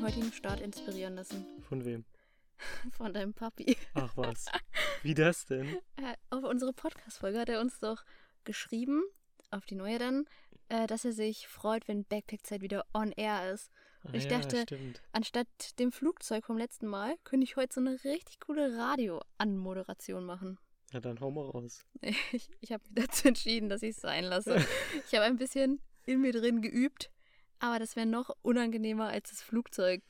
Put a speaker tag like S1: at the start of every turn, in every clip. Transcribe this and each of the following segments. S1: heutigen Start inspirieren lassen.
S2: Von wem?
S1: Von deinem Papi.
S2: Ach was. Wie das denn?
S1: Äh, auf unsere Podcast-Folge hat er uns doch geschrieben, auf die neue dann, äh, dass er sich freut, wenn Backpack-Zeit wieder on air ist.
S2: Ah,
S1: Ich
S2: ja,
S1: dachte-
S2: Stimmt.
S1: Anstatt dem Flugzeug vom letzten Mal, könnte ich heute so eine richtig coole Radio-Anmoderation machen.
S2: Ja, dann hau mal raus.
S1: Ich, ich habe mich dazu entschieden, dass ich es sein lasse. Ich habe ein bisschen in mir drin geübt, aber das wäre noch unangenehmer als das Flugzeug,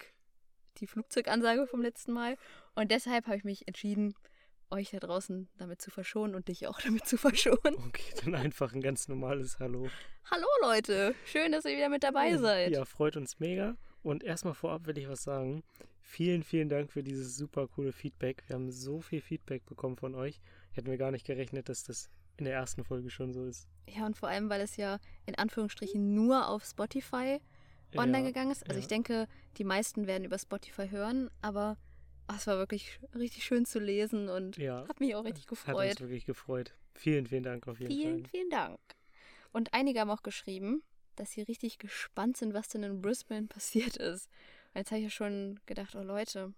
S1: die Flugzeugansage vom letzten Mal. Und deshalb habe ich mich entschieden, euch da draußen damit zu verschonen und dich auch damit zu verschonen.
S2: Okay, dann einfach ein ganz normales Hallo.
S1: Hallo Leute, schön, dass ihr wieder mit dabei seid.
S2: Ja, freut uns mega. Und erstmal vorab will ich was sagen. Vielen, vielen Dank für dieses super coole Feedback. Wir haben so viel Feedback bekommen von euch. Hätten wir gar nicht gerechnet, dass das in der ersten Folge schon so ist.
S1: Ja, und vor allem, weil es ja in Anführungsstrichen nur auf Spotify online
S2: ja,
S1: gegangen ist. Also
S2: ja.
S1: ich denke, die meisten werden über Spotify hören, aber ah, es war wirklich richtig schön zu lesen und
S2: Ja.
S1: hat mich auch richtig
S2: Hat uns
S1: gefreut.
S2: wirklich gefreut. Vielen, vielen Dank auf jeden
S1: Vielen,
S2: Fall.
S1: vielen Dank. Und einige haben auch geschrieben, dass sie richtig gespannt sind, was denn in Brisbane passiert ist. Und jetzt habe ich ja schon gedacht, oh Leute,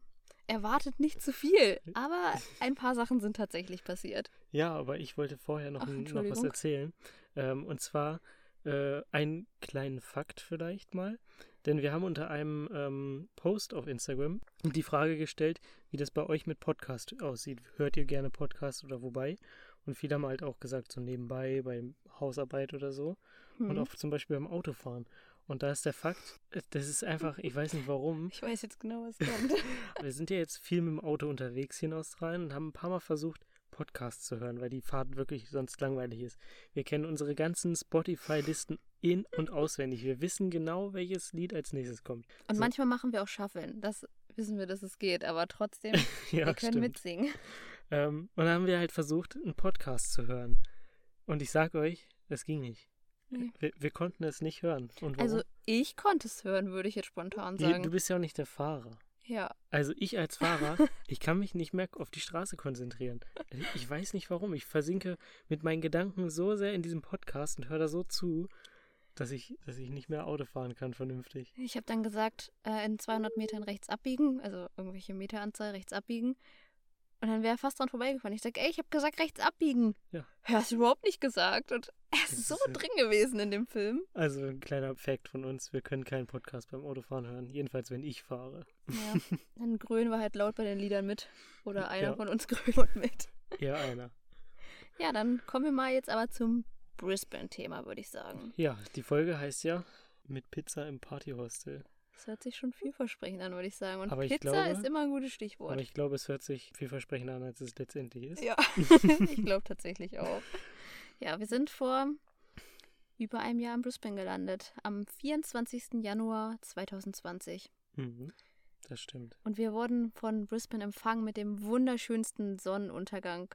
S1: erwartet nicht zu viel, aber ein paar Sachen sind tatsächlich passiert.
S2: Ja, aber ich wollte vorher noch,
S1: Ach,
S2: ein- noch was
S1: Entschuldigung.
S2: erzählen. Ähm, und zwar äh, einen kleinen Fakt vielleicht mal. Denn wir haben unter einem ähm, Post auf Instagram die Frage gestellt, wie das bei euch mit Podcast aussieht. Hört ihr gerne Podcast oder wobei? Und viele haben halt auch gesagt, so nebenbei, bei Hausarbeit oder so. Und
S1: Hm.
S2: auch zum Beispiel beim Autofahren. Und da ist der Fakt, äh, das ist einfach, ich weiß nicht warum,
S1: Ich weiß jetzt genau, was kommt.
S2: wir sind ja jetzt viel mit dem Auto unterwegs hier in Australien und haben ein paar Mal versucht, Podcasts zu hören, weil die Fahrt wirklich sonst langweilig ist. Wir kennen unsere ganzen Spotify-Listen in- und auswendig. Wir wissen genau, welches Lied als nächstes kommt.
S1: Und
S2: So.
S1: manchmal machen wir auch Schaffeln. Das wissen wir, dass es geht, aber trotzdem,
S2: Ja,
S1: wir können mitsingen.
S2: Ähm, und dann haben wir halt versucht, einen Podcast zu hören. Und ich sag euch, das ging nicht.
S1: Nee.
S2: Wir, wir konnten es nicht hören. Und warum?
S1: Also ich konnte es hören, würde ich jetzt spontan
S2: Nee, du
S1: sagen.
S2: bist ja auch nicht der Fahrer.
S1: Ja,
S2: Also ich als Fahrer, ich kann mich nicht mehr auf die Straße konzentrieren. Also, Ich weiß nicht warum. Ich versinke mit meinen Gedanken so sehr in diesem Podcast und höre da so zu, dass ich, dass ich nicht mehr Auto fahren kann vernünftig.
S1: ich habe dann gesagt, äh, in 200 Metern rechts abbiegen, also irgendwelche Meteranzahl rechts abbiegen. Und dann wäre er fast dran vorbeigefahren. Ich sage, ey, ich habe gesagt, rechts abbiegen.
S2: Ja.
S1: Hast du überhaupt nicht gesagt. Und es
S2: Das
S1: ist so
S2: ist ja-
S1: drin gewesen in dem Film.
S2: Also ein kleiner Fact von uns, wir können keinen Podcast beim Autofahren hören. Jedenfalls, wenn ich fahre.
S1: Ja. Dann Grün war halt laut bei den Liedern mit. Oder einer
S2: Ja.
S1: von uns Grün mit.
S2: Eher einer.
S1: Ja, dann kommen wir mal jetzt aber zum Brisbane-Thema, würde ich sagen.
S2: Ja, die Folge heißt ja mit Pizza im Partyhostel.
S1: Das hört sich schon vielversprechend an, würde ich sagen. Und
S2: Aber ich
S1: Pizza
S2: glaube-
S1: ist immer ein gutes Stichwort.
S2: Aber ich glaube, es hört sich vielversprechender an, als es letztendlich ist.
S1: ja, ich glaube tatsächlich auch. Ja, wir sind vor über einem Jahr in Brisbane gelandet, am 24. Januar 2020.
S2: Mhm. Das stimmt.
S1: Und wir wurden von Brisbane empfangen mit dem wunderschönsten Sonnenuntergang,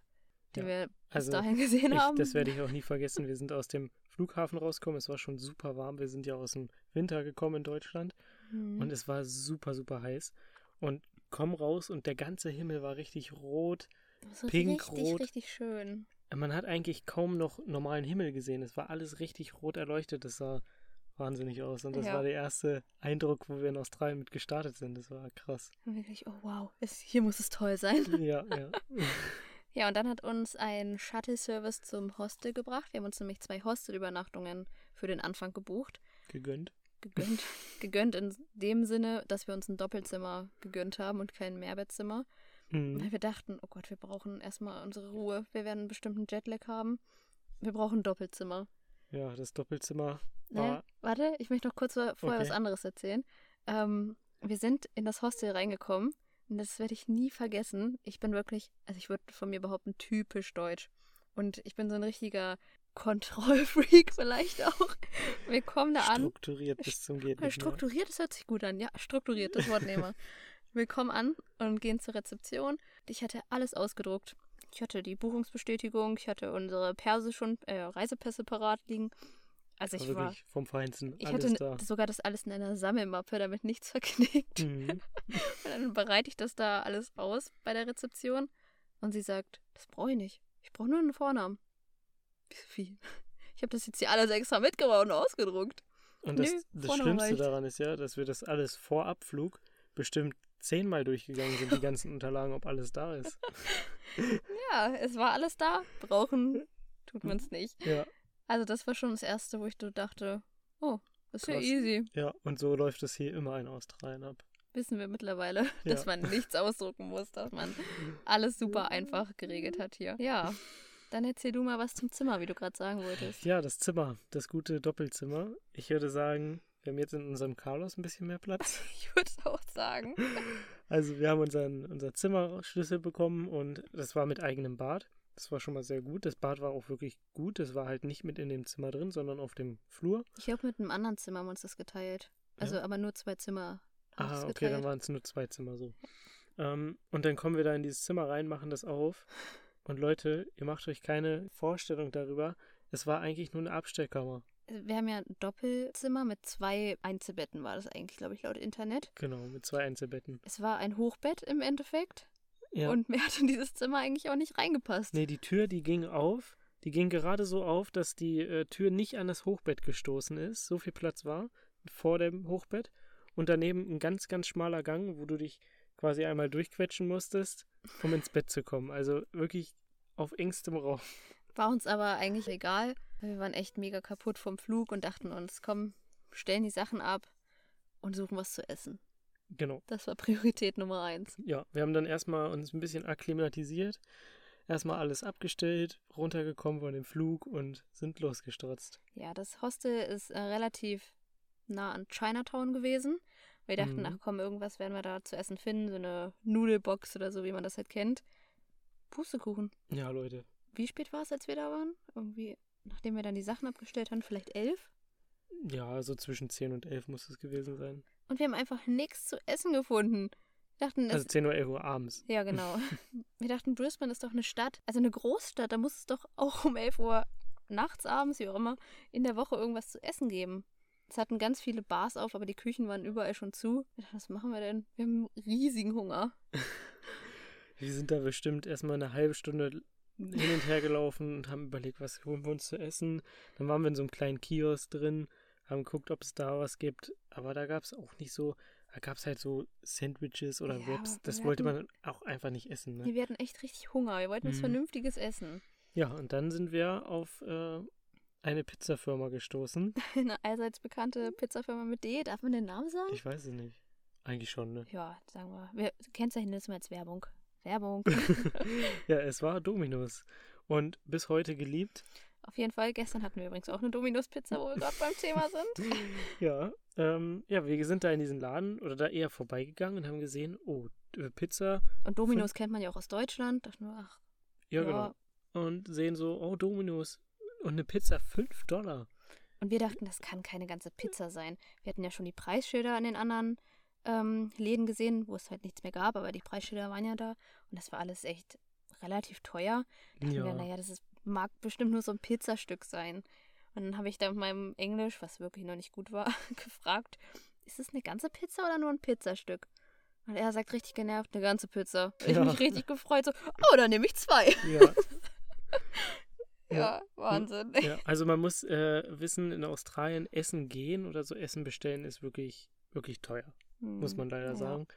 S1: den
S2: Ja.
S1: wir bis
S2: Also,
S1: dahin gesehen
S2: Ich,
S1: haben.
S2: das werde ich auch nie vergessen. Wir sind aus dem Flughafen rausgekommen. Es war schon super warm. Wir sind ja aus dem Winter gekommen in Deutschland.
S1: Mhm.
S2: Und es war super, super heiß. Und komm raus und der ganze Himmel war richtig rot.
S1: Das war
S2: pinkrot.
S1: richtig, richtig schön.
S2: Man hat eigentlich kaum noch normalen Himmel gesehen. Es war alles richtig rot erleuchtet. Das sah wahnsinnig aus. Und das
S1: Ja.
S2: war der erste Eindruck, wo wir in Australien mit gestartet sind. Das war krass.
S1: Und wirklich, oh wow, es, hier muss es toll sein.
S2: Ja, ja.
S1: Ja, und dann hat uns ein Shuttle-Service zum Hostel gebracht. Wir haben uns nämlich zwei Hostel-Übernachtungen für den Anfang gebucht.
S2: Gegönnt.
S1: Gegönnt. gegönnt in dem Sinne, dass wir uns ein Doppelzimmer gegönnt haben und kein Mehrbettzimmer.
S2: Mhm.
S1: Weil wir dachten, oh Gott, wir brauchen erstmal unsere Ruhe. Wir werden bestimmt einen Jetlag haben. Wir brauchen ein Doppelzimmer.
S2: Ja, das Doppelzimmer.
S1: Naja,
S2: Ah.
S1: Warte, ich möchte noch kurz vorher
S2: Okay.
S1: was anderes erzählen. Ähm, wir sind in das Hostel reingekommen und das werde ich nie vergessen. Ich bin wirklich, also ich würde von mir behaupten, typisch deutsch. Und ich bin so ein richtiger Kontrollfreak vielleicht auch. Wir kommen da an.
S2: Strukturiert bis zum Geht nicht mehr.
S1: Strukturiert, das hört sich gut an. Ja, strukturiert, das Wort nehme. Wir kommen an und gehen zur Rezeption. Ich hatte alles ausgedruckt. Ich hatte die Buchungsbestätigung, ich hatte unsere Perse schon, äh, Reisepässe parat liegen. Also
S2: War
S1: ich war
S2: wirklich vom Feinsten.
S1: ich
S2: alles
S1: hatte
S2: da.
S1: sogar das alles in einer Sammelmappe, damit nichts verknickt.
S2: Mhm.
S1: Und dann bereite ich das da alles aus bei der Rezeption. Und sie sagt, das brauche ich nicht. Ich brauche nur einen Vornamen. Ich so, Wie? Ich habe das jetzt hier alles extra mitgebracht und ausgedruckt.
S2: Und das,
S1: Nö,
S2: das
S1: vorne halt
S2: Schlimmste
S1: reicht.
S2: daran ist ja, dass wir das alles vor Abflug bestimmt zehnmal durchgegangen sind, die ganzen Unterlagen, ob alles da ist.
S1: Ja, es war alles da. Brauchen tut man
S2: Mhm.
S1: es nicht.
S2: Ja,
S1: Also das war schon das Erste, wo ich so dachte, oh, ist ja
S2: Krass.
S1: easy.
S2: ja. Und so läuft es hier immer in Australien ab.
S1: Wissen wir mittlerweile, dass
S2: Ja.
S1: man nichts ausdrucken muss, dass man alles super einfach geregelt hat hier. Ja, dann erzähl du mal was zum Zimmer, wie du gerade sagen wolltest.
S2: Ja, das Zimmer, das gute Doppelzimmer. Ich würde sagen, wir haben jetzt in unserem Carlos ein bisschen mehr Platz.
S1: Ich würde auch sagen.
S2: Also wir haben unseren, unser Zimmerschlüssel bekommen und das war mit eigenem Bad. Das war schon mal sehr gut. Das Bad war auch wirklich gut. Das war halt nicht mit in dem Zimmer drin, sondern auf dem Flur.
S1: Ich glaube, mit einem anderen Zimmer haben wir uns das geteilt. Also
S2: Ja.
S1: aber nur zwei Zimmer. haben wir
S2: Ah,
S1: uns
S2: okay, dann
S1: geteilt.
S2: waren es nur zwei Zimmer so. Ähm, und dann kommen wir da in dieses Zimmer rein, machen das auf. Und Leute, ihr macht euch keine Vorstellung darüber. Es war eigentlich nur eine Abstellkammer.
S1: Also, Wir haben ja ein Doppelzimmer mit zwei Einzelbetten, war das eigentlich, glaube ich, laut Internet.
S2: Genau, mit zwei Einzelbetten.
S1: Es war ein Hochbett im Endeffekt
S2: Ja.
S1: und mehr hat in dieses Zimmer eigentlich auch nicht reingepasst.
S2: Nee, die Tür, die ging auf. Die ging gerade so auf, dass die äh, Tür nicht an das Hochbett gestoßen ist. So viel Platz war vor dem Hochbett. Und daneben ein ganz, ganz schmaler Gang, wo du dich quasi einmal durchquetschen musstest, um ins Bett zu kommen. Also wirklich auf engstem Raum.
S1: War uns aber eigentlich egal. Wir waren echt mega kaputt vom Flug und dachten uns, komm, stellen die Sachen ab und suchen was zu essen.
S2: Genau.
S1: Das war Priorität Nummer eins.
S2: Ja, wir haben dann erstmal uns ein bisschen akklimatisiert, erstmal alles abgestellt, runtergekommen von dem Flug und sind losgestrotzt.
S1: Ja, das Hostel ist äh, relativ nah an Chinatown gewesen. Wir dachten,
S2: Mhm.
S1: ach komm, irgendwas werden wir da zu essen finden, so eine Nudelbox oder so, wie man das halt kennt. Pustekuchen.
S2: Ja, Leute.
S1: Wie spät war es, als wir da waren? Irgendwie, nachdem wir dann die Sachen abgestellt haben, vielleicht elf?
S2: Ja, so zwischen 10 und 11 muss es gewesen sein.
S1: Und wir haben einfach nichts zu essen gefunden. Wir dachten, es
S2: Also 10 oder 11 Uhr abends.
S1: Ja, genau. Wir dachten, Brisbane ist doch eine Stadt, also eine Großstadt, da muss es doch auch um 11 Uhr nachts, abends, wie auch immer, in der Woche irgendwas zu essen geben. Es hatten ganz viele Bars auf, aber die Küchen waren überall schon zu. Wir dachten, was machen wir denn? Wir haben riesigen Hunger.
S2: Wir sind da bestimmt erstmal eine halbe Stunde hin und her gelaufen und haben überlegt, was holen wir uns zu essen. Dann waren wir in so einem kleinen Kiosk drin, haben geguckt, ob es da was gibt. Aber da gab es auch nicht so, da gab es halt so Sandwiches oder
S1: Ja,
S2: Wraps.
S1: aber
S2: Das
S1: wir
S2: wollte man
S1: hatten-
S2: auch einfach nicht essen. Ne?
S1: Nee, wir hatten echt richtig Hunger. Wir wollten was
S2: Mhm.
S1: Vernünftiges essen.
S2: Ja, und dann sind wir auf äh, eine Pizzafirma gestoßen.
S1: Eine allseits bekannte Pizzafirma mit D. Darf man den Namen sagen?
S2: Mhm. Ich weiß es nicht. Eigentlich schon, ne?
S1: Ja, sagen wir. Wir kennzeichnen das mal als Werbung. Werbung.
S2: ja, es war Dominos. Und bis heute geliebt.
S1: Auf jeden Fall. Gestern hatten wir übrigens auch eine Dominos-Pizza, wo wir gerade beim Thema sind.
S2: Ja, ähm, ja, wir sind da in diesen Laden oder da eher vorbeigegangen und haben gesehen, oh, äh, Pizza.
S1: Und Dominos kennt man ja auch aus Deutschland. Dachten wir, ach,
S2: Ja,
S1: Ja.
S2: genau. Und sehen so, oh, Dominos. Und eine Pizza 5 Dollar.
S1: Und wir dachten, das kann keine ganze Pizza sein. Wir hatten ja schon die Preisschilder an den anderen ähm, Läden gesehen, wo es halt nichts mehr gab, aber die Preisschilder waren ja da. Und das war alles echt relativ teuer. Dachten wir,
S2: Ja,
S1: naja, das ist, mag bestimmt nur so ein Pizzastück sein. Und dann habe ich da mit meinem Englisch, was wirklich noch nicht gut war, gefragt, ist es eine ganze Pizza oder nur ein Pizzastück? Und er sagt richtig genervt, eine ganze Pizza. Ich
S2: Ja.
S1: mich richtig gefreut, so, oh, dann nehme ich zwei.
S2: ja.
S1: Ja,
S2: Ja.
S1: Wahnsinn.
S2: Ja, also man muss äh, wissen, in Australien essen gehen oder so Essen bestellen ist wirklich, wirklich teuer. Hm. muss man leider
S1: Mhm. Ja.
S2: sagen.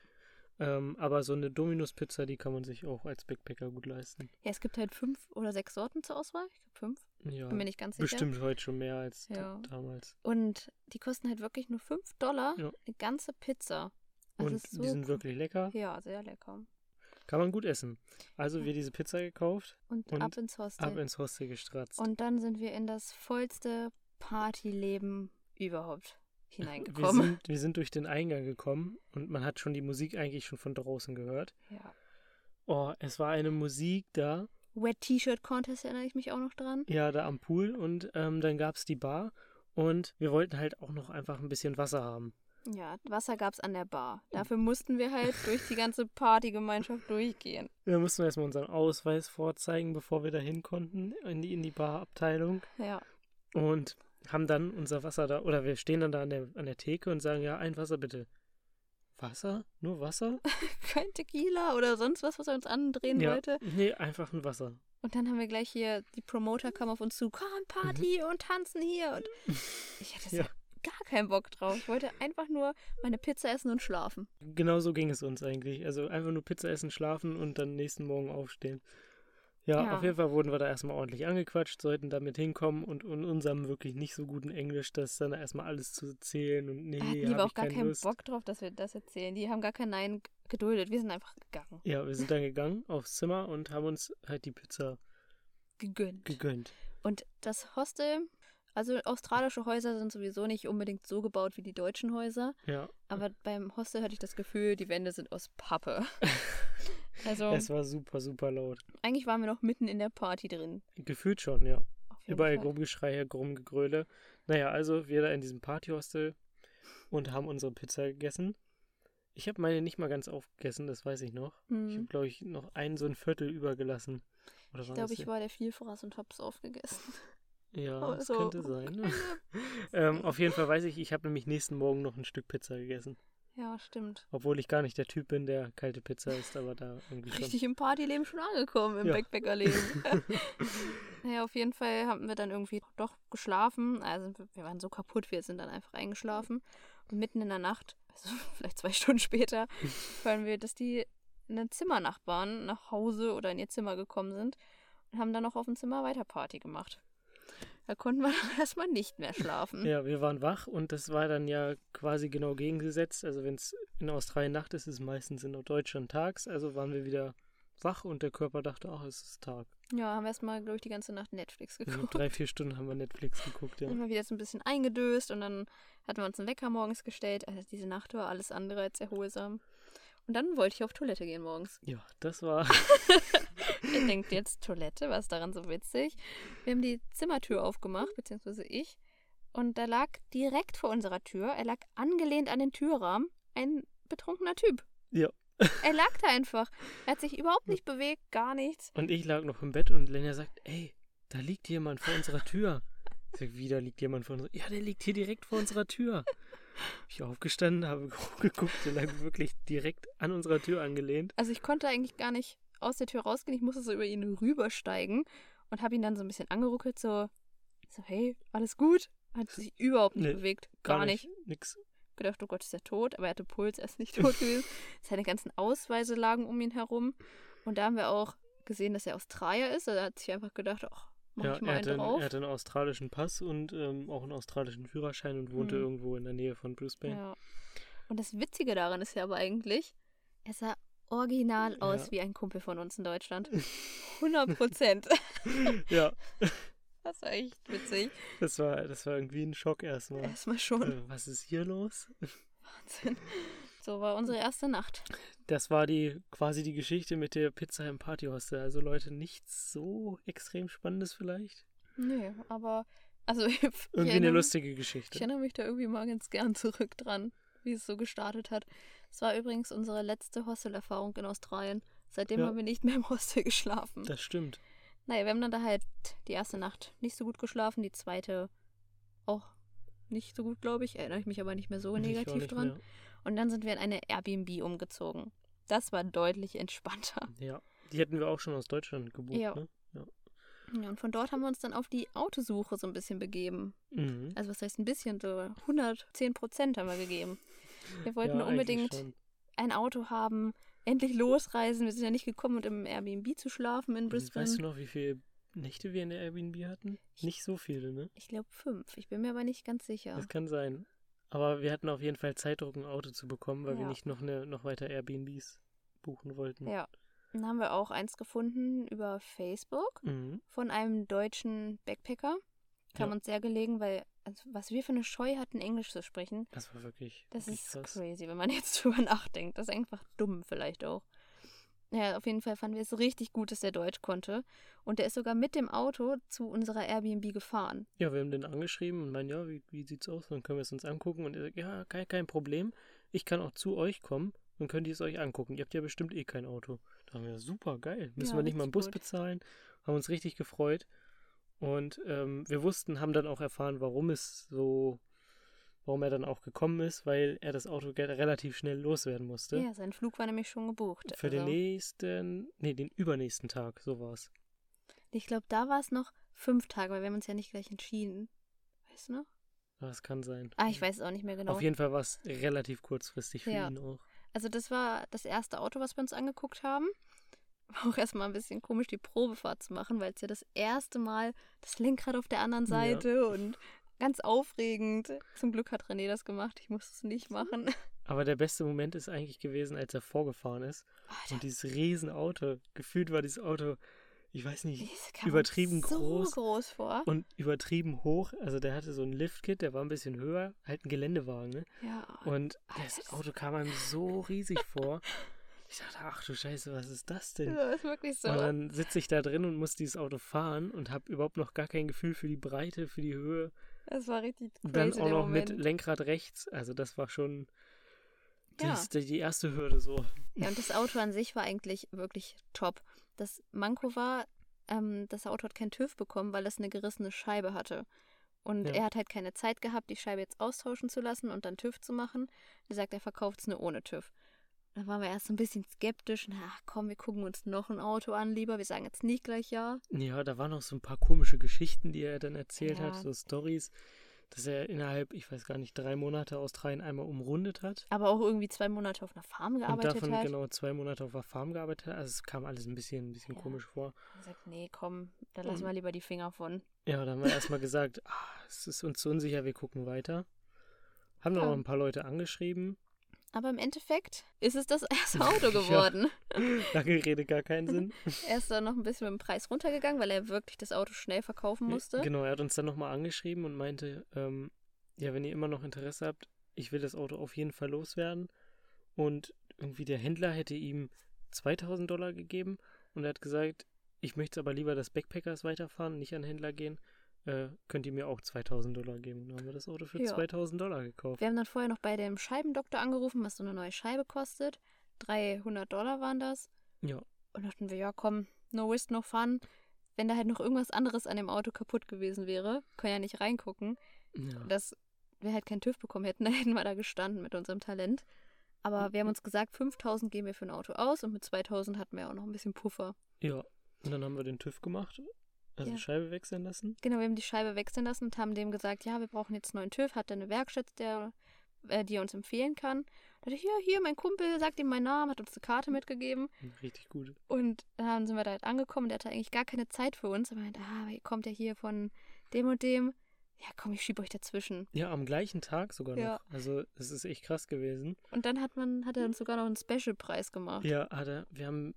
S2: Ähm, aber so eine Dominus-Pizza, die kann man sich auch als Backpacker gut leisten.
S1: Ja, es gibt halt fünf oder sechs Sorten zur Auswahl. Ich glaube fünf.
S2: Ja,
S1: Bin mir nicht ganz sicher.
S2: bestimmt heute schon mehr als da-
S1: Ja.
S2: damals.
S1: Und die kosten halt wirklich nur 5 Dollar
S2: Ja.
S1: eine ganze Pizza. Das
S2: Und
S1: ist so
S2: die sind
S1: cool.
S2: wirklich lecker.
S1: Ja, sehr lecker.
S2: Kann man gut essen. Also wir diese Pizza gekauft,
S1: Und,
S2: Und
S1: ab ins Hostel.
S2: ab ins Hostel gestratzt.
S1: Und dann sind wir in das vollste Partyleben überhaupt
S2: wir
S1: hineingekommen.
S2: sind, wir sind durch den Eingang gekommen und man hat schon die Musik eigentlich schon von draußen gehört.
S1: Ja.
S2: Oh, es war eine Musik da,
S1: Wet T-Shirt Contest erinnere ich mich auch noch dran.
S2: ja, da am Pool und ähm, dann gab es die Bar und wir wollten halt auch noch einfach ein bisschen Wasser haben.
S1: Ja, Wasser gab's an der Bar. Dafür mussten wir halt durch die ganze Partygemeinschaft durchgehen.
S2: Da mussten wir erstmal unseren Ausweis vorzeigen, bevor wir da hin konnten, in die, in die Barabteilung.
S1: Ja.
S2: Und haben dann unser Wasser da, oder wir stehen dann da an der, an der Theke und sagen, ja, ein Wasser bitte. Wasser? Nur Wasser?
S1: Kein Tequila oder sonst was, was er uns andrehen
S2: ja.
S1: wollte.
S2: Nee, einfach ein Wasser.
S1: Und dann haben wir Mhm. gleich hier, die Promoter kamen auf uns zu, komm, Party und tanzen hier. Und ich hatte so,
S2: Ja.
S1: gar keinen Bock drauf. Ich wollte einfach nur meine Pizza essen und schlafen.
S2: Genau so ging es uns eigentlich. Also einfach nur Pizza essen, schlafen und dann nächsten Morgen aufstehen. Ja,
S1: Ja.
S2: auf jeden Fall wurden wir da erstmal ordentlich angequatscht, sollten damit hinkommen und in unserem wirklich nicht so guten Englisch, das dann erstmal alles zu zählen und nee,
S1: Da hatten
S2: hab
S1: die aber
S2: ich
S1: auch gar
S2: keine
S1: keinen
S2: Lust.
S1: Bock drauf, dass wir das erzählen. Die haben gar kein Nein g- geduldet. Wir sind einfach gegangen.
S2: Ja, wir sind dann gegangen aufs Zimmer und haben uns halt die Pizza
S1: Gegönnt.
S2: gegönnt.
S1: Und das Hostel, also australische Häuser sind sowieso nicht unbedingt so gebaut wie die deutschen Häuser,
S2: Ja,
S1: aber beim Hostel hatte ich das Gefühl, die Wände sind aus Pappe. Also
S2: es war super, super laut.
S1: eigentlich waren wir noch mitten in der Party drin.
S2: Gefühlt schon, ja.
S1: Auf jeden
S2: Überall
S1: Fall.
S2: Grummgeschrei, Grummgegröle. Naja, also wir da in diesem Partyhostel und haben unsere Pizza gegessen. Ich habe meine nicht mal ganz aufgegessen, das weiß ich noch. Ich habe,
S1: Hm.
S2: glaube ich, noch ein so ein Viertel übergelassen. Oder
S1: Ich
S2: war
S1: glaube,
S2: das
S1: ich war der Vielfraß und hab's aufgegessen.
S2: Ja,
S1: Oh,
S2: das
S1: so.
S2: könnte sein. ne? ähm, auf jeden Fall weiß ich, ich habe nämlich nächsten Morgen noch ein Stück Pizza gegessen.
S1: Ja, stimmt.
S2: Obwohl ich gar nicht der Typ bin, der kalte Pizza isst, aber da irgendwie schon.
S1: Richtig im Partyleben schon angekommen, im
S2: Ja.
S1: Backpackerleben. naja, auf jeden Fall haben wir dann irgendwie doch geschlafen. Also wir waren so kaputt, wir sind dann einfach eingeschlafen. Und mitten in der Nacht, also vielleicht zwei Stunden später, hören wir, dass die eine Zimmernachbarn nach Hause oder in ihr Zimmer gekommen sind und haben dann noch auf dem Zimmer weiter Party gemacht. Da konnten wir dann erstmal nicht mehr schlafen.
S2: Ja, wir waren wach und das war dann ja quasi genau gegengesetzt. Also wenn es in Australien Nacht ist, ist es meistens in Deutschland tags. Also waren wir wieder wach und der Körper dachte, ach, es ist Tag.
S1: Ja, haben wir erstmal, glaube ich, die ganze Nacht Netflix
S2: Also
S1: geguckt.
S2: drei, vier Stunden haben wir Netflix geguckt, ja.
S1: Immer wieder so ein bisschen eingedöst und dann hatten wir uns einen Wecker morgens gestellt. Also diese Nacht war alles andere als erholsam. Und dann wollte ich auf Toilette gehen morgens.
S2: Ja, das war.
S1: Ihr denkt jetzt, Toilette, was ist daran so witzig? Wir haben die Zimmertür aufgemacht, beziehungsweise ich. Und da lag direkt vor unserer Tür, er lag angelehnt an den Türrahmen, ein betrunkener Typ.
S2: Ja.
S1: Er lag da einfach. Er hat sich überhaupt nicht bewegt, gar nichts.
S2: Und ich lag noch im Bett und Lenja sagt, ey, da liegt jemand vor unserer Tür. Ich sag, wie, da liegt jemand vor unserer Ja, der liegt hier direkt vor unserer Tür. Ich aufgestanden, habe hochgeguckt, der lag wirklich direkt an unserer Tür angelehnt.
S1: Also ich konnte eigentlich gar nicht aus der Tür rausgehen. Ich musste so über ihn rübersteigen und habe ihn dann so ein bisschen angeruckelt, so, so hey, alles gut? Hat sich überhaupt nicht
S2: Nee,
S1: bewegt, gar, nicht.
S2: Nix.
S1: Gedacht, oh Gott, ist er tot, aber er hatte Puls, er ist nicht tot gewesen. Seine ganzen Ausweise lagen um ihn herum und da haben wir auch gesehen, dass er Australier ist. Also er hat sich einfach gedacht, ach, mach
S2: Ja,
S1: ich mal einen
S2: er hatte, einen,
S1: drauf.
S2: er hatte einen australischen Pass und ähm, auch einen australischen Führerschein und wohnte
S1: Mhm.
S2: irgendwo in der Nähe von Brisbane.
S1: ja. Und das Witzige daran ist ja aber eigentlich, er sah original aus
S2: Ja.
S1: wie ein Kumpel von uns in Deutschland. 100 Prozent.
S2: Ja,
S1: Das war echt witzig.
S2: das, war, das war irgendwie ein Schock erstmal.
S1: Erstmal schon.
S2: Äh, was ist hier los?
S1: Wahnsinn. So war unsere erste Nacht.
S2: Das war die quasi die Geschichte mit der Pizza im Partyhostel. Also Leute, nichts so extrem Spannendes vielleicht.
S1: Nee, aber. Also, ich, ich
S2: Irgendwie eine
S1: erinnere-
S2: lustige
S1: Ich
S2: Geschichte.
S1: erinnere mich da irgendwie mal ganz gern zurück dran, wie es so gestartet hat. Es war übrigens unsere letzte Hostel-Erfahrung in Australien. Seitdem
S2: Ja.
S1: haben wir nicht mehr im Hostel geschlafen.
S2: Das stimmt.
S1: Naja, wir haben dann da halt die erste Nacht nicht so gut geschlafen, die zweite auch nicht so gut, glaube ich. Erinnere ich mich aber nicht mehr so
S2: Ich war
S1: negativ
S2: nicht
S1: dran. Und dann sind wir in eine Airbnb umgezogen. Das war deutlich entspannter.
S2: Mehr. Ja, die hätten wir auch schon aus Deutschland gebucht.
S1: Ja.
S2: Ne?
S1: Ja, und von dort haben wir uns dann auf die Autosuche so ein bisschen begeben.
S2: Mhm.
S1: Also was heißt ein bisschen, so 110 Prozent haben wir gegeben. Wir wollten
S2: Ja, eigentlich
S1: unbedingt
S2: schon.
S1: ein Auto haben, endlich losreisen. Wir sind ja nicht gekommen, um im Airbnb zu schlafen in Brisbane.
S2: Hm, Weißt du noch, wie viele Nächte wir in der Airbnb hatten? Nicht so viele, ne?
S1: Ich glaube fünf. Ich bin mir aber nicht ganz sicher.
S2: Das kann sein. Aber wir hatten auf jeden Fall Zeitdruck, ein Auto zu bekommen, weil wir
S1: Ja.
S2: nicht noch, eine, noch weiter Airbnbs buchen wollten.
S1: Ja. Dann haben wir auch eins gefunden über Facebook
S2: Mhm.
S1: von einem deutschen Backpacker. Kam
S2: Ja.
S1: uns sehr gelegen, weil also was wir für eine Scheu hatten, Englisch zu sprechen,
S2: Das war wirklich,
S1: Das
S2: wirklich
S1: ist crazy, wenn man jetzt drüber nachdenkt. Das ist einfach dumm vielleicht auch. Ja, auf jeden Fall fanden wir es richtig gut, dass der Deutsch konnte. Und der ist sogar mit dem Auto zu unserer Airbnb gefahren.
S2: Ja, wir haben den angeschrieben und meinen, ja, wie, wie sieht's aus? Dann können wir es uns angucken. Und er sagt, ja, kein, kein Problem. Ich kann auch zu euch kommen und könnt ihr es euch angucken. Ihr habt ja bestimmt eh kein Auto. Da haben wir, super, geil. Müssen
S1: Ja,
S2: wir nicht mal
S1: richtig
S2: einen Bus
S1: gut.
S2: bezahlen. Haben uns richtig gefreut. Und ähm, wir wussten, haben dann auch erfahren, warum es so, warum er dann auch gekommen ist, weil er das Auto ge- relativ schnell loswerden musste.
S1: Ja, sein Flug war nämlich schon gebucht.
S2: Für den
S1: also,
S2: nächsten, nee, den übernächsten Tag, so war's.
S1: ich glaube, da war es noch fünf Tage, weil wir haben uns ja nicht gleich entschieden. Weißt du noch?
S2: Das kann sein.
S1: Ah, ich weiß es auch nicht mehr genau.
S2: Auf jeden Fall war es relativ kurzfristig für
S1: Ja.
S2: ihn auch.
S1: Also das war das erste Auto, was wir uns angeguckt haben. War auch erstmal ein bisschen komisch, die Probefahrt zu machen, weil es ja das erste Mal das Lenkrad auf der anderen
S2: Ja.
S1: Seite und ganz aufregend. Zum Glück hat René das gemacht, ich musste es nicht machen.
S2: Aber der beste Moment ist eigentlich gewesen, als er vorgefahren ist
S1: Oh,
S2: und dieses Riesenauto, gefühlt war dieses Auto, ich weiß nicht,
S1: Das kam
S2: übertrieben
S1: so
S2: groß.
S1: groß vor.
S2: und übertrieben hoch. Also der hatte so ein Liftkit, der war ein bisschen höher, halt ein Geländewagen, ne?
S1: ja,
S2: Und
S1: Alter, das-
S2: das Auto kam einem so riesig vor. Ich dachte, ach du Scheiße, was ist das denn?
S1: das ist wirklich so.
S2: Und dann sitze ich da drin und muss dieses Auto fahren und habe überhaupt noch gar kein Gefühl für die Breite, für die Höhe.
S1: Das war richtig crazy
S2: Und dann auch
S1: der
S2: noch
S1: Moment.
S2: mit Lenkrad rechts. Also das war schon
S1: Ja.
S2: das, die, die erste Hürde so.
S1: Ja, und das Auto an sich war eigentlich wirklich top. Das Manko war, ähm, das Auto hat keinen TÜV bekommen, weil es eine gerissene Scheibe hatte. Und
S2: Ja.
S1: er hat halt keine Zeit gehabt, die Scheibe jetzt austauschen zu lassen und dann TÜV zu machen. Er sagt, er verkauft es nur ohne TÜV. Da waren wir erst so ein bisschen skeptisch. Na komm, wir gucken uns noch ein Auto an, lieber. Wir sagen jetzt nicht gleich ja.
S2: Ja, da waren auch so ein paar komische Geschichten, die er dann erzählt
S1: Ja.
S2: hat, so Stories, dass er innerhalb, ich weiß gar nicht, drei Monate Australien einmal umrundet hat.
S1: Aber auch irgendwie zwei Monate auf einer Farm
S2: Und
S1: gearbeitet
S2: davon
S1: hat.
S2: genau zwei Monate auf der Farm gearbeitet hat. Also es kam alles ein bisschen, ein bisschen
S1: Ja.
S2: komisch vor.
S1: Er sagt, nee, komm, da lassen
S2: Mhm.
S1: wir lieber die Finger von.
S2: Ja, dann haben wir erstmal gesagt, ah, es ist uns zu unsicher, wir gucken weiter. Haben dann
S1: Ja.
S2: noch ein paar Leute angeschrieben.
S1: Aber im Endeffekt ist es das erste Auto geworden.
S2: Lange Rede gar keinen Sinn.
S1: Er ist dann noch ein bisschen mit dem Preis runtergegangen, weil er wirklich das Auto schnell verkaufen musste.
S2: Genau, er hat uns dann nochmal angeschrieben und meinte, ähm, ja, wenn ihr immer noch Interesse habt, ich will das Auto auf jeden Fall loswerden. Und irgendwie der Händler hätte ihm 2000 Dollar gegeben und er hat gesagt, ich möchte aber lieber das Backpackers weiterfahren, nicht an den Händler gehen. Äh, könnt ihr mir auch 2000 Dollar geben? Und Dann haben wir das Auto für
S1: Ja.
S2: 2000 Dollar gekauft.
S1: Wir haben dann vorher noch bei dem Scheibendoktor angerufen, was so eine neue Scheibe kostet. 300 Dollar waren das.
S2: Ja.
S1: Und dachten wir, ja komm, no risk, no fun. Wenn da halt noch irgendwas anderes an dem Auto kaputt gewesen wäre, können ja nicht reingucken,
S2: ja.
S1: dass wir halt keinen TÜV bekommen hätten, dann hätten wir da gestanden mit unserem Talent. Aber
S2: Mhm.
S1: wir haben uns gesagt, 5000 geben wir für ein Auto aus und mit 2000 hatten wir auch noch ein bisschen Puffer.
S2: Ja, und dann haben wir den TÜV gemacht, also
S1: Ja.
S2: Scheibe wechseln lassen.
S1: Genau, wir haben die Scheibe wechseln lassen und haben dem gesagt, ja, wir brauchen jetzt einen neuen TÜV, hat er eine Werkstatt, der, äh, die er uns empfehlen kann. Da dachte ich, ja, hier, mein Kumpel, sagt ihm meinen Namen, hat uns eine Karte mitgegeben.
S2: Richtig gut.
S1: Und dann sind wir da halt angekommen, der hatte eigentlich gar keine Zeit für uns. Aber er meinte, ah, aber ihr kommt ja hier von dem und dem. Ja, komm, ich schiebe euch dazwischen.
S2: Ja, am gleichen Tag sogar
S1: Ja.
S2: noch. Also es ist echt krass gewesen.
S1: Und dann hat man, hat er uns sogar noch einen Special-Preis gemacht.
S2: Ja, hat er, wir haben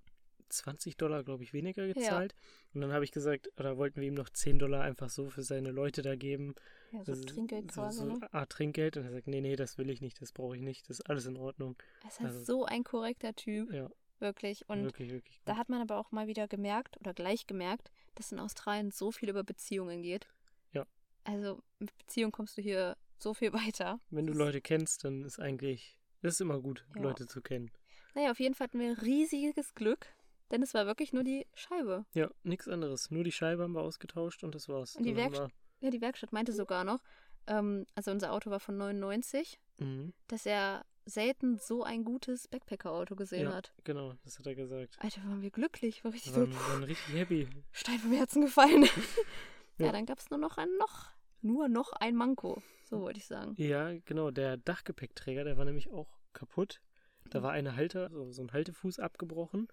S2: 20 Dollar, glaube ich, weniger gezahlt. Und dann habe ich gesagt, oder wollten wir ihm noch 10 Dollar einfach so für seine Leute da geben.
S1: Ja, so
S2: Das ist
S1: Also Trinkgeld
S2: so,
S1: quasi,
S2: so
S1: ne?
S2: eine Art Trinkgeld. Und er sagt, nee, nee, das will ich nicht, das brauche ich nicht, das ist alles in Ordnung.
S1: Er ist halt
S2: also-
S1: so ein korrekter Typ,
S2: Ja,
S1: wirklich. Und
S2: wirklich, wirklich gut.
S1: da hat man aber auch mal wieder gemerkt oder gleich gemerkt, dass in Australien so viel über Beziehungen geht.
S2: Ja.
S1: Also mit Beziehung kommst du hier so viel weiter.
S2: Wenn du
S1: das-
S2: Leute kennst, dann ist eigentlich, das ist immer gut,
S1: Ja.
S2: Leute zu kennen.
S1: Naja, auf jeden Fall hatten wir riesiges Glück, denn es war wirklich nur die Scheibe.
S2: Ja, nichts anderes. Nur die Scheibe haben wir ausgetauscht und das war's.
S1: Und die
S2: Dann haben
S1: Werkst- Ja, die Werkstatt meinte
S2: Mhm.
S1: sogar noch, ähm, also unser Auto war von 99,
S2: wir- Mhm.
S1: dass er selten so ein gutes Backpacker-Auto gesehen
S2: Ja.
S1: hat.
S2: Genau, das hat er gesagt.
S1: Alter, waren wir glücklich, war richtig
S2: Wir
S1: so
S2: waren, waren richtig happy.
S1: Stein vom Herzen gefallen. ja,
S2: Ja.
S1: dann gab es nur noch ein noch, nur noch ein Manko,
S2: Mhm.
S1: so wollte ich sagen.
S2: Ja, genau, der Dachgepäckträger, der war nämlich auch kaputt.
S1: Mhm.
S2: Da war eine Halter, so, so ein Haltefuß abgebrochen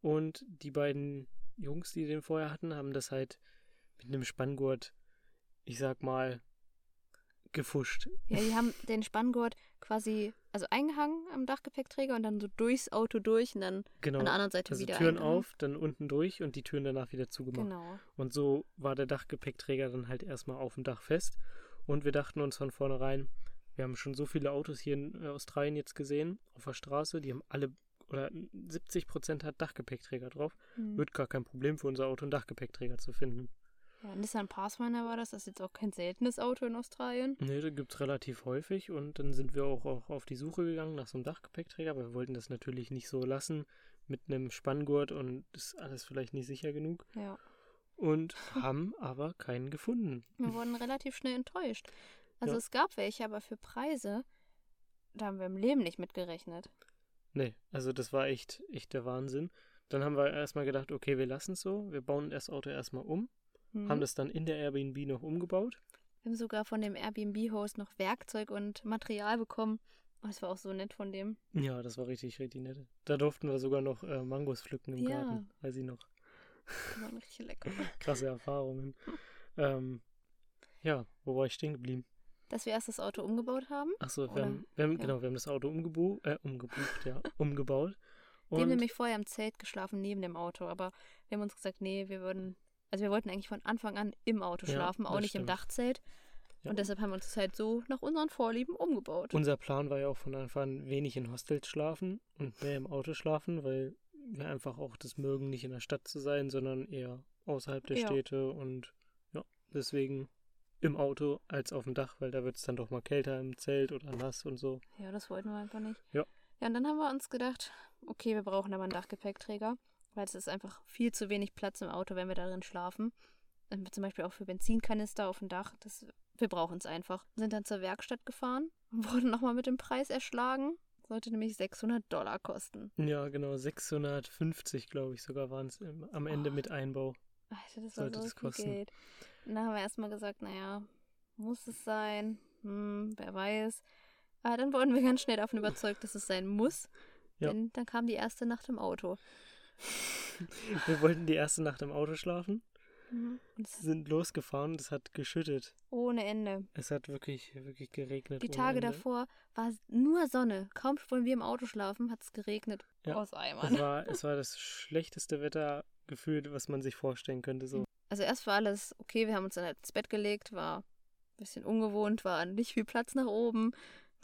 S2: und die beiden Jungs, die den vorher hatten, haben das halt mit einem Spanngurt, ich sag mal, gefuscht.
S1: Ja, die haben den Spanngurt quasi, also eingehangen am Dachgepäckträger und dann so durchs Auto durch und dann
S2: Genau.
S1: an der anderen Seite
S2: Also
S1: wieder.
S2: Türen
S1: eingehangen.
S2: auf, dann unten durch und die Türen danach wieder zugemacht.
S1: Genau.
S2: Und so war der Dachgepäckträger dann halt erstmal auf dem Dach fest. Und wir dachten uns von vornherein, wir haben schon so viele Autos hier in äh, Australien jetzt gesehen, auf der Straße, die haben alle, oder 70 Prozent hat Dachgepäckträger drauf.
S1: Mhm.
S2: Wird gar kein Problem für unser Auto, einen Dachgepäckträger zu finden.
S1: Ja, Nissan Pathfinder war das, das ist jetzt auch kein seltenes Auto in Australien.
S2: Ne, da gibt es relativ häufig. Und dann sind wir auch, auch auf die Suche gegangen nach so einem Dachgepäckträger, weil wir wollten das natürlich nicht so lassen mit einem Spanngurt und ist alles vielleicht nicht sicher genug.
S1: Ja.
S2: Und haben aber keinen gefunden.
S1: Wir wurden relativ schnell enttäuscht. Also
S2: Hm. Ja.
S1: es gab welche, aber für Preise, da haben wir im Leben nicht mitgerechnet.
S2: Nee, also das war echt, echt der Wahnsinn. Dann haben wir erstmal gedacht, okay, wir lassen es so. Wir bauen das Auto erstmal um,
S1: Mhm.
S2: haben das dann in der Airbnb noch umgebaut.
S1: Wir haben sogar von dem Airbnb-Host noch Werkzeug und Material bekommen. Oh, das war auch so nett von dem.
S2: Ja, das war richtig, richtig nett. Da durften wir sogar noch äh, Mangos pflücken im
S1: Ja.
S2: Garten, weiß ich noch.
S1: Die waren richtig lecker.
S2: Krasse Erfahrungen. ähm, ja, wo war ich stehen geblieben?
S1: Dass wir erst das Auto umgebaut haben,
S2: Achso, wir
S1: Oder-
S2: haben, wir haben,
S1: ja.
S2: genau, wir haben das Auto umgebu äh, umgebucht, ja, umgebaut.
S1: die haben
S2: Und
S1: nämlich vorher im Zelt geschlafen, neben dem Auto. Aber wir haben uns gesagt, nee, wir würden, also wir wollten eigentlich von Anfang an im Auto
S2: Ja,
S1: schlafen, auch
S2: das
S1: nicht im
S2: stimmt.
S1: Dachzelt.
S2: Ja.
S1: Und deshalb haben wir uns das halt so nach unseren Vorlieben umgebaut.
S2: unser Plan war ja auch von Anfang an wenig in Hostels schlafen und mehr im Auto schlafen, weil wir einfach auch das mögen, nicht in der Stadt zu sein, sondern eher außerhalb der
S1: Ja.
S2: Städte und ja, deswegen im Auto als auf dem Dach, weil da wird es dann doch mal kälter im Zelt oder nass und so.
S1: Ja, das wollten wir einfach nicht.
S2: Ja.
S1: Ja, und dann haben wir uns gedacht, okay, wir brauchen aber einen Dachgepäckträger, weil es ist einfach viel zu wenig Platz im Auto, wenn wir darin schlafen. Ähm, Zum Beispiel auch für Benzinkanister auf dem Dach. Das, wir brauchen es einfach. Sind dann zur Werkstatt gefahren und wurden nochmal mit dem Preis erschlagen. Sollte nämlich 600 Dollar kosten.
S2: Ja, genau, 650, glaube ich, sogar waren es am Ende
S1: Oh.
S2: mit Einbau.
S1: Alter, das war
S2: Sollte
S1: so
S2: das
S1: viel
S2: kosten.
S1: Geld. Und dann haben wir erstmal gesagt, naja, muss es sein? Hm, wer weiß. Aber dann wurden wir ganz schnell davon überzeugt, dass es sein muss.
S2: Ja.
S1: Denn dann kam die erste Nacht im Auto.
S2: Wir wollten die erste Nacht im Auto schlafen, Mhm.
S1: Und es ist
S2: sind losgefahren und es hat geschüttet.
S1: ohne Ende.
S2: Es hat wirklich, wirklich geregnet.
S1: Die
S2: ohne
S1: Tage
S2: Ende.
S1: davor war es nur Sonne. Kaum wollen wir im Auto schlafen, hat es geregnet.
S2: Ja.
S1: Aus
S2: Es
S1: Eimern.
S2: war, es war das schlechteste Wetter gefühlt, was man sich vorstellen könnte. So.
S1: Also erst war alles okay, wir haben uns dann halt ins Bett gelegt, war ein bisschen ungewohnt, war nicht viel Platz nach oben.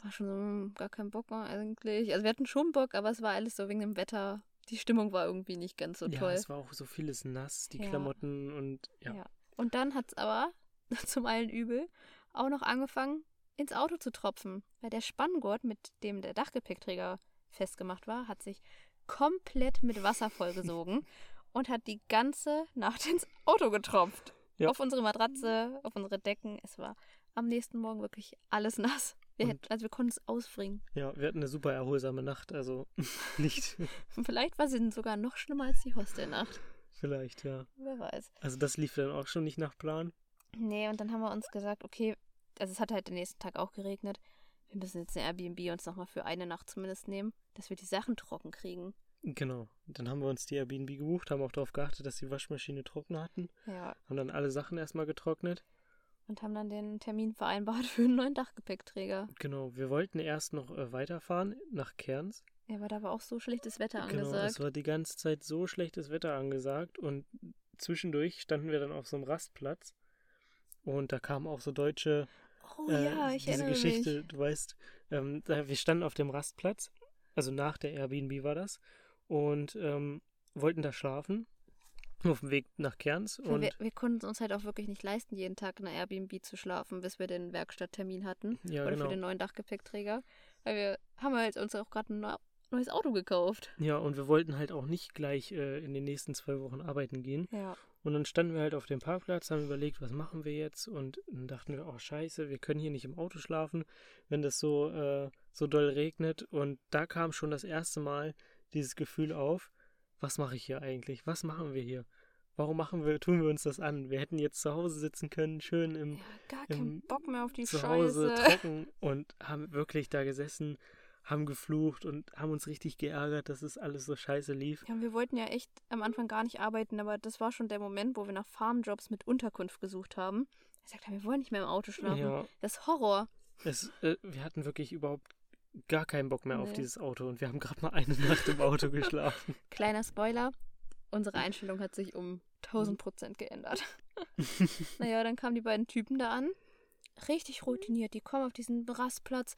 S1: War schon so, hm, gar kein Bock mehr eigentlich. Also wir hatten schon Bock, aber es war alles so wegen dem Wetter. Die Stimmung war irgendwie nicht ganz so
S2: ja,
S1: toll.
S2: es war auch so vieles nass, die
S1: Ja.
S2: Klamotten und ja.
S1: Ja. Und dann hat es aber, zum allen Übel, auch noch angefangen, ins Auto zu tropfen. Weil der Spanngurt, mit dem der Dachgepäckträger festgemacht war, hat sich komplett mit Wasser vollgesogen und hat die ganze Nacht ins Auto getropft.
S2: Ja.
S1: Auf unsere Matratze, auf unsere Decken. Es war am nächsten Morgen wirklich alles nass. Wir
S2: Und-
S1: hätten, also wir konnten es ausbringen.
S2: ja, wir hatten eine super erholsame Nacht, also nicht
S1: Vielleicht war sie sogar noch schlimmer als die Hostelnacht.
S2: vielleicht, ja.
S1: Wer weiß.
S2: Also das lief dann auch schon nicht nach Plan.
S1: Nee, und dann haben wir uns gesagt, okay, also es hat halt den nächsten Tag auch geregnet. Wir müssen jetzt eine Airbnb uns nochmal für eine Nacht zumindest nehmen, dass wir die Sachen trocken kriegen.
S2: Genau. Dann haben wir uns die Airbnb gebucht, haben auch darauf geachtet, dass die Waschmaschine trocken hatten,
S1: Ja.
S2: haben dann alle Sachen erstmal getrocknet.
S1: Und haben dann den Termin vereinbart für einen neuen Dachgepäckträger.
S2: Genau, wir wollten erst noch äh, weiterfahren nach Cairns.
S1: Ja, aber da war auch so schlechtes Wetter
S2: Genau, es
S1: angesagt.
S2: war die ganze Zeit so schlechtes Wetter angesagt und zwischendurch standen wir dann auf so einem Rastplatz und da kamen auch so deutsche
S1: oh
S2: äh,
S1: ja, ich
S2: diese
S1: erinnere
S2: Geschichte,
S1: mich.
S2: du weißt, ähm, da, wir standen auf dem Rastplatz, also nach der Airbnb war das und ähm, wollten da schlafen auf dem Weg nach Cairns
S1: Weil
S2: und
S1: Wir, wir konnten es uns halt auch wirklich nicht leisten, jeden Tag in einer Airbnb zu schlafen, bis wir den Werkstatttermin hatten.
S2: ja
S1: oder
S2: genau.
S1: für den neuen Dachgepäckträger. Weil wir haben halt uns auch gerade ein neu- neues Auto gekauft.
S2: Ja, und wir wollten halt auch nicht gleich äh, in den nächsten zwei Wochen arbeiten gehen.
S1: Ja.
S2: Und dann standen wir halt auf dem Parkplatz, haben überlegt, was machen wir jetzt? Und dann dachten wir, oh scheiße, wir können hier nicht im Auto schlafen, wenn das so, äh, so doll regnet. Und da kam schon das erste Mal dieses Gefühl auf, was mache ich hier eigentlich? Was machen wir hier? Warum machen wir, tun wir uns das an? Wir hätten jetzt zu Hause sitzen können, schön im
S1: Ja, gar
S2: im
S1: keinen Bock mehr auf die
S2: zu
S1: Scheiße.
S2: Hause trocken und haben wirklich da gesessen, haben geflucht und haben uns richtig geärgert, dass es alles so scheiße lief.
S1: Ja, wir wollten ja echt am Anfang gar nicht arbeiten, aber das war schon der Moment, wo wir nach Farmjobs mit Unterkunft gesucht haben. Er sagt, wir wollen nicht mehr im Auto schlafen.
S2: Ja,
S1: Das ist Horror.
S2: Es, äh, wir hatten wirklich überhaupt gar keinen Bock mehr auf
S1: Nee.
S2: dieses Auto und wir haben gerade mal eine Nacht im Auto geschlafen.
S1: Kleiner Spoiler, unsere Einstellung hat sich um
S2: Hm.
S1: 1000 Prozent geändert. naja, dann kamen die beiden Typen da an. Richtig routiniert. Die kommen auf diesen Rastplatz.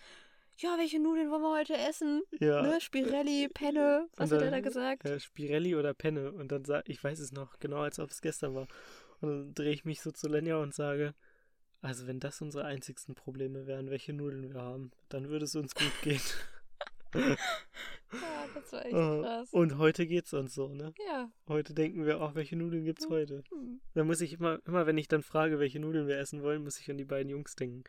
S1: Ja, welche Nudeln wollen wir heute essen?
S2: Ja. Äh,
S1: Ne? Spirelli, Penne. Was
S2: Und
S1: hat er da
S2: dann-
S1: gesagt?
S2: Äh, Spirelli oder Penne und dann sage ich weiß es noch genau, als ob es gestern war. Und dann drehe ich mich so zu Lenja und sage, also wenn das unsere einzigsten Probleme wären, welche Nudeln wir haben, dann würde es uns gut gehen.
S1: Ja, Ah, das war echt
S2: Äh,
S1: krass.
S2: und heute geht's uns so, ne?
S1: Ja.
S2: Heute denken wir, auch welche Nudeln gibt's heute?
S1: Hm.
S2: Da muss ich immer, immer wenn ich dann frage, welche Nudeln wir essen wollen, muss ich an die beiden Jungs denken.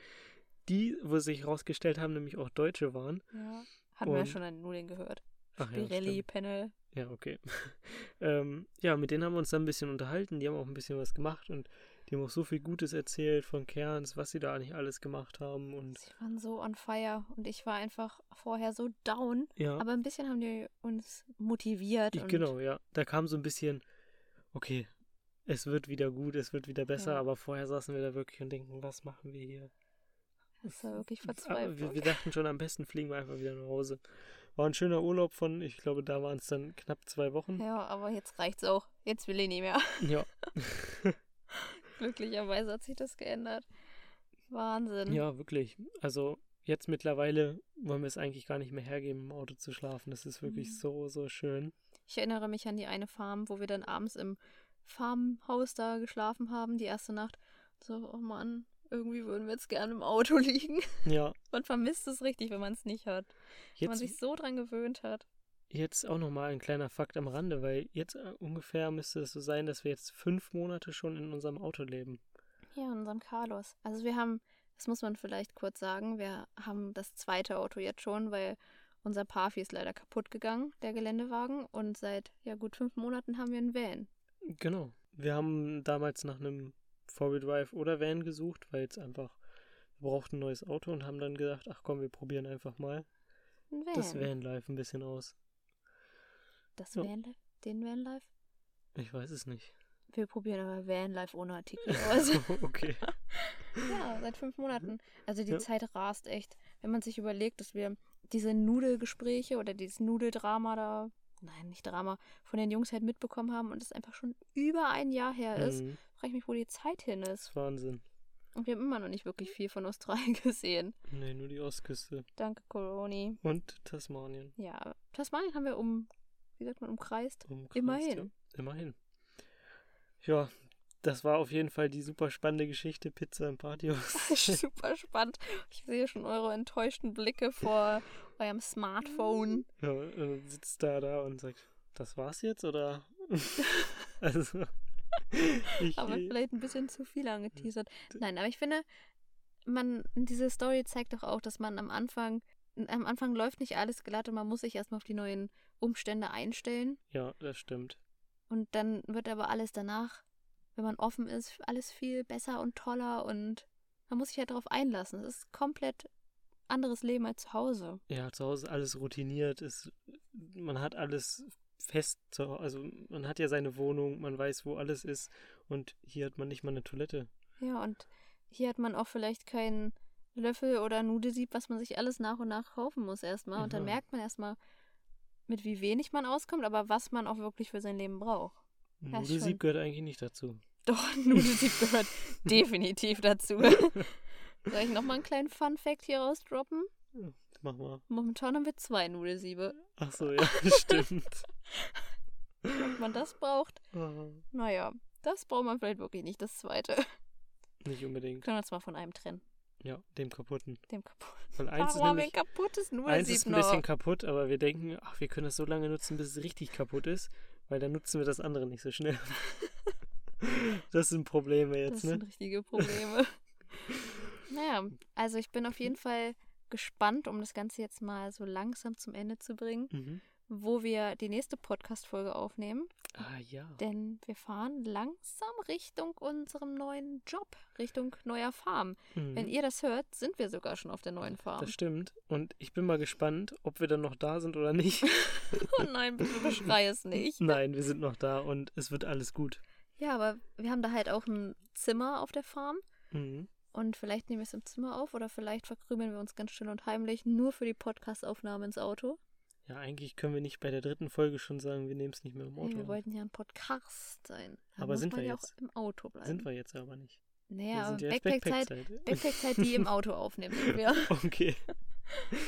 S2: Die, wo sich herausgestellt haben, nämlich auch Deutsche waren.
S1: Ja. Hatten wir ja
S2: Und-
S1: schon an den Nudeln gehört.
S2: Ach ja, stimmt.
S1: Spirelli-Panel.
S2: Ja, okay. ähm, ja, mit denen haben wir uns dann ein bisschen unterhalten. Die haben auch ein bisschen was gemacht und die haben auch so viel Gutes erzählt von Kerns, was sie da eigentlich alles gemacht haben. Und
S1: Sie waren so on fire und ich war einfach vorher so down.
S2: ja,
S1: Aber ein bisschen haben die uns motiviert.
S2: ich,
S1: und
S2: genau, ja. Da kam so ein bisschen, okay, es wird wieder gut, es wird wieder besser,
S1: Ja.
S2: aber vorher saßen wir da wirklich und denken, was machen wir hier?
S1: Das war wirklich
S2: Aber wir,
S1: verzweifelt.
S2: wir dachten schon, am besten fliegen wir einfach wieder nach Hause. War ein schöner Urlaub von, ich glaube, da waren es dann knapp zwei Wochen.
S1: Ja, aber jetzt reicht's auch. Jetzt will ich nicht mehr.
S2: Ja.
S1: Glücklicherweise hat sich das geändert. Wahnsinn.
S2: Ja, wirklich. Also jetzt mittlerweile wollen wir es eigentlich gar nicht mehr hergeben, im Auto zu schlafen. Das ist wirklich
S1: Mhm.
S2: so, so schön.
S1: Ich erinnere mich an die eine Farm, wo wir dann abends im Farmhaus da geschlafen haben, die erste Nacht. So, oh Mann, irgendwie würden wir jetzt gerne im Auto liegen.
S2: Ja,
S1: Man vermisst es richtig, wenn man es nicht hat. Wenn man
S2: jetzt,
S1: sich so dran gewöhnt hat.
S2: jetzt auch nochmal ein kleiner Fakt am Rande, weil jetzt äh, ungefähr müsste es so sein, dass wir jetzt fünf Monate schon in unserem Auto leben.
S1: Ja, unseren Carlos. Also wir haben, das muss man vielleicht kurz sagen, wir haben das zweite Auto jetzt schon, weil unser Parfi ist leider kaputt gegangen, der Geländewagen. Und seit ja gut fünf Monaten haben wir einen Van.
S2: Genau. Wir haben damals nach einem Four-Wheel Drive oder Van gesucht, weil jetzt einfach, wir brauchten ein neues Auto und haben dann gedacht, ach komm, wir probieren einfach mal
S1: Ein Van.
S2: das Van-Life ein bisschen aus.
S1: Das
S2: Ja.
S1: Vanlife? Den Vanlife?
S2: Ich weiß es nicht.
S1: Wir probieren aber Vanlife ohne Artikel aus.
S2: okay.
S1: ja, seit fünf Monaten. Also die
S2: Ja.
S1: Zeit rast echt. Wenn man sich überlegt, dass wir diese Nudelgespräche oder dieses Nudeldrama da, nein, nicht Drama, von den Jungs halt mitbekommen haben und es einfach schon über ein Jahr her ist,
S2: Mhm.
S1: frage ich mich, wo die Zeit hin
S2: Das
S1: ist.
S2: ist Wahnsinn.
S1: Und wir haben immer noch nicht wirklich viel von Australien gesehen.
S2: Nee, nur die Ostküste.
S1: Danke, Coroni. aber
S2: Und Tasmanien.
S1: Ja, Tasmanien haben wir um, wie sagt man, umkreist.
S2: Umkreist,
S1: Immerhin.
S2: Um Ja. Immerhin. Ja, das war auf jeden Fall die super spannende Geschichte Pizza im Patios.
S1: Super spannend. Ich sehe schon eure enttäuschten Blicke vor eurem Smartphone.
S2: ja, äh, sitzt da da und sagt, das war's jetzt oder? also ich
S1: Aber vielleicht ein bisschen zu viel angeteasert. Nein, aber ich finde, man, diese Story zeigt doch auch, dass man am Anfang, am Anfang läuft nicht alles glatt und man muss sich erstmal auf die neuen Umstände einstellen.
S2: ja, das stimmt.
S1: Und dann wird aber alles danach, wenn man offen ist, alles viel besser und toller und man muss sich halt darauf einlassen. Es ist komplett anderes Leben als zu Hause.
S2: Ja, zu Hause ist alles routiniert, ist man hat alles fest, zu, also man hat ja seine Wohnung, man weiß, wo alles ist und hier hat man nicht mal eine Toilette.
S1: Ja, und hier hat man auch vielleicht keinen Löffel oder Nudelsieb, was man sich alles nach und nach kaufen muss erstmal. Und dann
S2: Genau.
S1: merkt man erstmal, mit wie wenig man auskommt, aber was man auch wirklich für sein Leben braucht.
S2: Ein
S1: Das
S2: Nudelsieb
S1: schon.
S2: gehört eigentlich nicht dazu.
S1: Doch, ein Nudelsieb gehört definitiv dazu. Soll ich nochmal einen kleinen Fun-Fact hier rausdroppen?
S2: Mach mal.
S1: Momentan haben wir zwei Nudelsiebe.
S2: Ach so, ja, stimmt.
S1: Ob man das braucht?
S2: Ah,
S1: Naja, das braucht man vielleicht wirklich nicht, das zweite. Wir
S2: Nicht unbedingt.
S1: können uns mal von einem trennen.
S2: Ja, dem kaputten.
S1: Dem kaputt.
S2: Weil eins ist
S1: Warum haben wir ein
S2: nämlich,
S1: kaputtes
S2: eins
S1: Nudelsieb
S2: ist ein
S1: noch?
S2: bisschen kaputt, aber wir denken, ach, wir können das so lange nutzen, bis es richtig kaputt ist, weil dann nutzen wir das andere nicht so schnell. das sind Probleme
S1: Das
S2: jetzt,
S1: sind
S2: ne?
S1: richtige Probleme. naja, also ich bin auf jeden Fall gespannt, um das Ganze jetzt mal so langsam zum Ende zu bringen,
S2: Mhm.
S1: wo wir die nächste Podcast-Folge aufnehmen.
S2: Ah ja.
S1: Denn wir fahren langsam Richtung unserem neuen Job, Richtung neuer Farm.
S2: Mhm.
S1: Wenn ihr das hört, sind wir sogar schon auf der neuen Farm.
S2: Das stimmt. Und ich bin mal gespannt, ob wir dann noch da sind oder nicht.
S1: Oh nein, bitte beschrei es nicht.
S2: Nein, wir sind noch da und es wird alles gut.
S1: Ja, aber wir haben da halt auch ein Zimmer auf der Farm.
S2: Mhm.
S1: Und vielleicht nehmen wir es im Zimmer auf oder vielleicht verkrümeln wir uns ganz still und heimlich nur für die Podcast-Aufnahme ins Auto.
S2: Ja, eigentlich können wir nicht bei der dritten Folge schon sagen, wir nehmen es nicht mehr im
S1: Hey,
S2: Auto.
S1: wir
S2: auf.
S1: wollten ja ein Podcast sein. Da
S2: Aber
S1: muss
S2: sind
S1: man
S2: wir
S1: ja
S2: jetzt?
S1: auch im Auto bleiben.
S2: Sind wir jetzt aber nicht.
S1: Naja,
S2: wir
S1: aber
S2: sind ja jetzt
S1: Backpack-Zeit,
S2: Backpack-Zeit.
S1: Backpack-Zeit, die im Auto aufnehmen. sind Wir.
S2: Okay.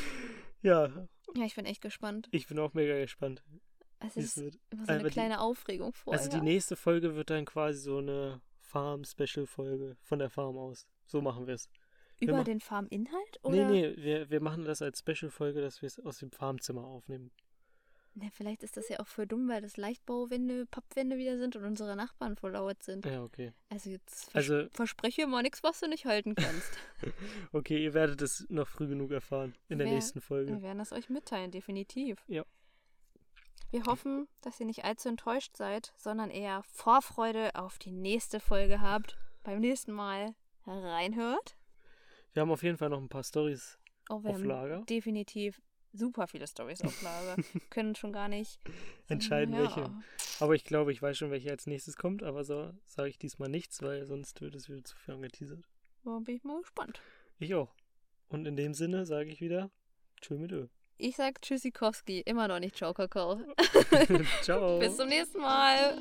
S2: Ja,
S1: Ja, ich bin echt gespannt.
S2: ich bin auch mega gespannt,
S1: Es
S2: wie
S1: ist
S2: es wird.
S1: immer so
S2: aber
S1: eine
S2: die-
S1: kleine Aufregung vorher.
S2: Also die nächste Folge wird dann quasi so eine Farm-Special-Folge von der Farm aus. So machen wir es.
S1: Über
S2: machen-
S1: den Farminhalt?
S2: Nee,
S1: Oder?
S2: nee, wir, wir machen das als Special-Folge, dass wir es aus dem Farmzimmer aufnehmen.
S1: Na, vielleicht ist das ja auch voll dumm, weil das Leichtbauwände, Pappwände wieder sind und unsere Nachbarn voll laut sind.
S2: Ja, okay.
S1: Also jetzt vers
S2: Also,
S1: verspreche mal nichts, was du nicht halten kannst.
S2: okay, ihr werdet es noch früh genug erfahren in der
S1: Wer-
S2: nächsten Folge.
S1: Wir werden das euch mitteilen, definitiv.
S2: Ja.
S1: Wir hoffen, dass ihr nicht allzu enttäuscht seid, sondern eher Vorfreude auf die nächste Folge habt. Beim nächsten Mal reinhört.
S2: Wir haben auf jeden Fall noch ein paar Stories
S1: Oh,
S2: auf Lager.
S1: definitiv super viele Stories auf Lager. Können schon gar nicht
S2: Entscheiden,
S1: Ja.
S2: welche. Aber ich glaube, ich weiß schon, welche als nächstes kommt, aber so sage ich diesmal nichts, weil sonst wird es wieder zu viel angeteasert.
S1: Da bin ich mal gespannt.
S2: Ich auch. Und in dem Sinne sage ich wieder, tschö mit Ö.
S1: Ich sag Tschüssikowski, immer noch nicht Ciao Kakao.
S2: Ciao.
S1: Bis zum nächsten Mal.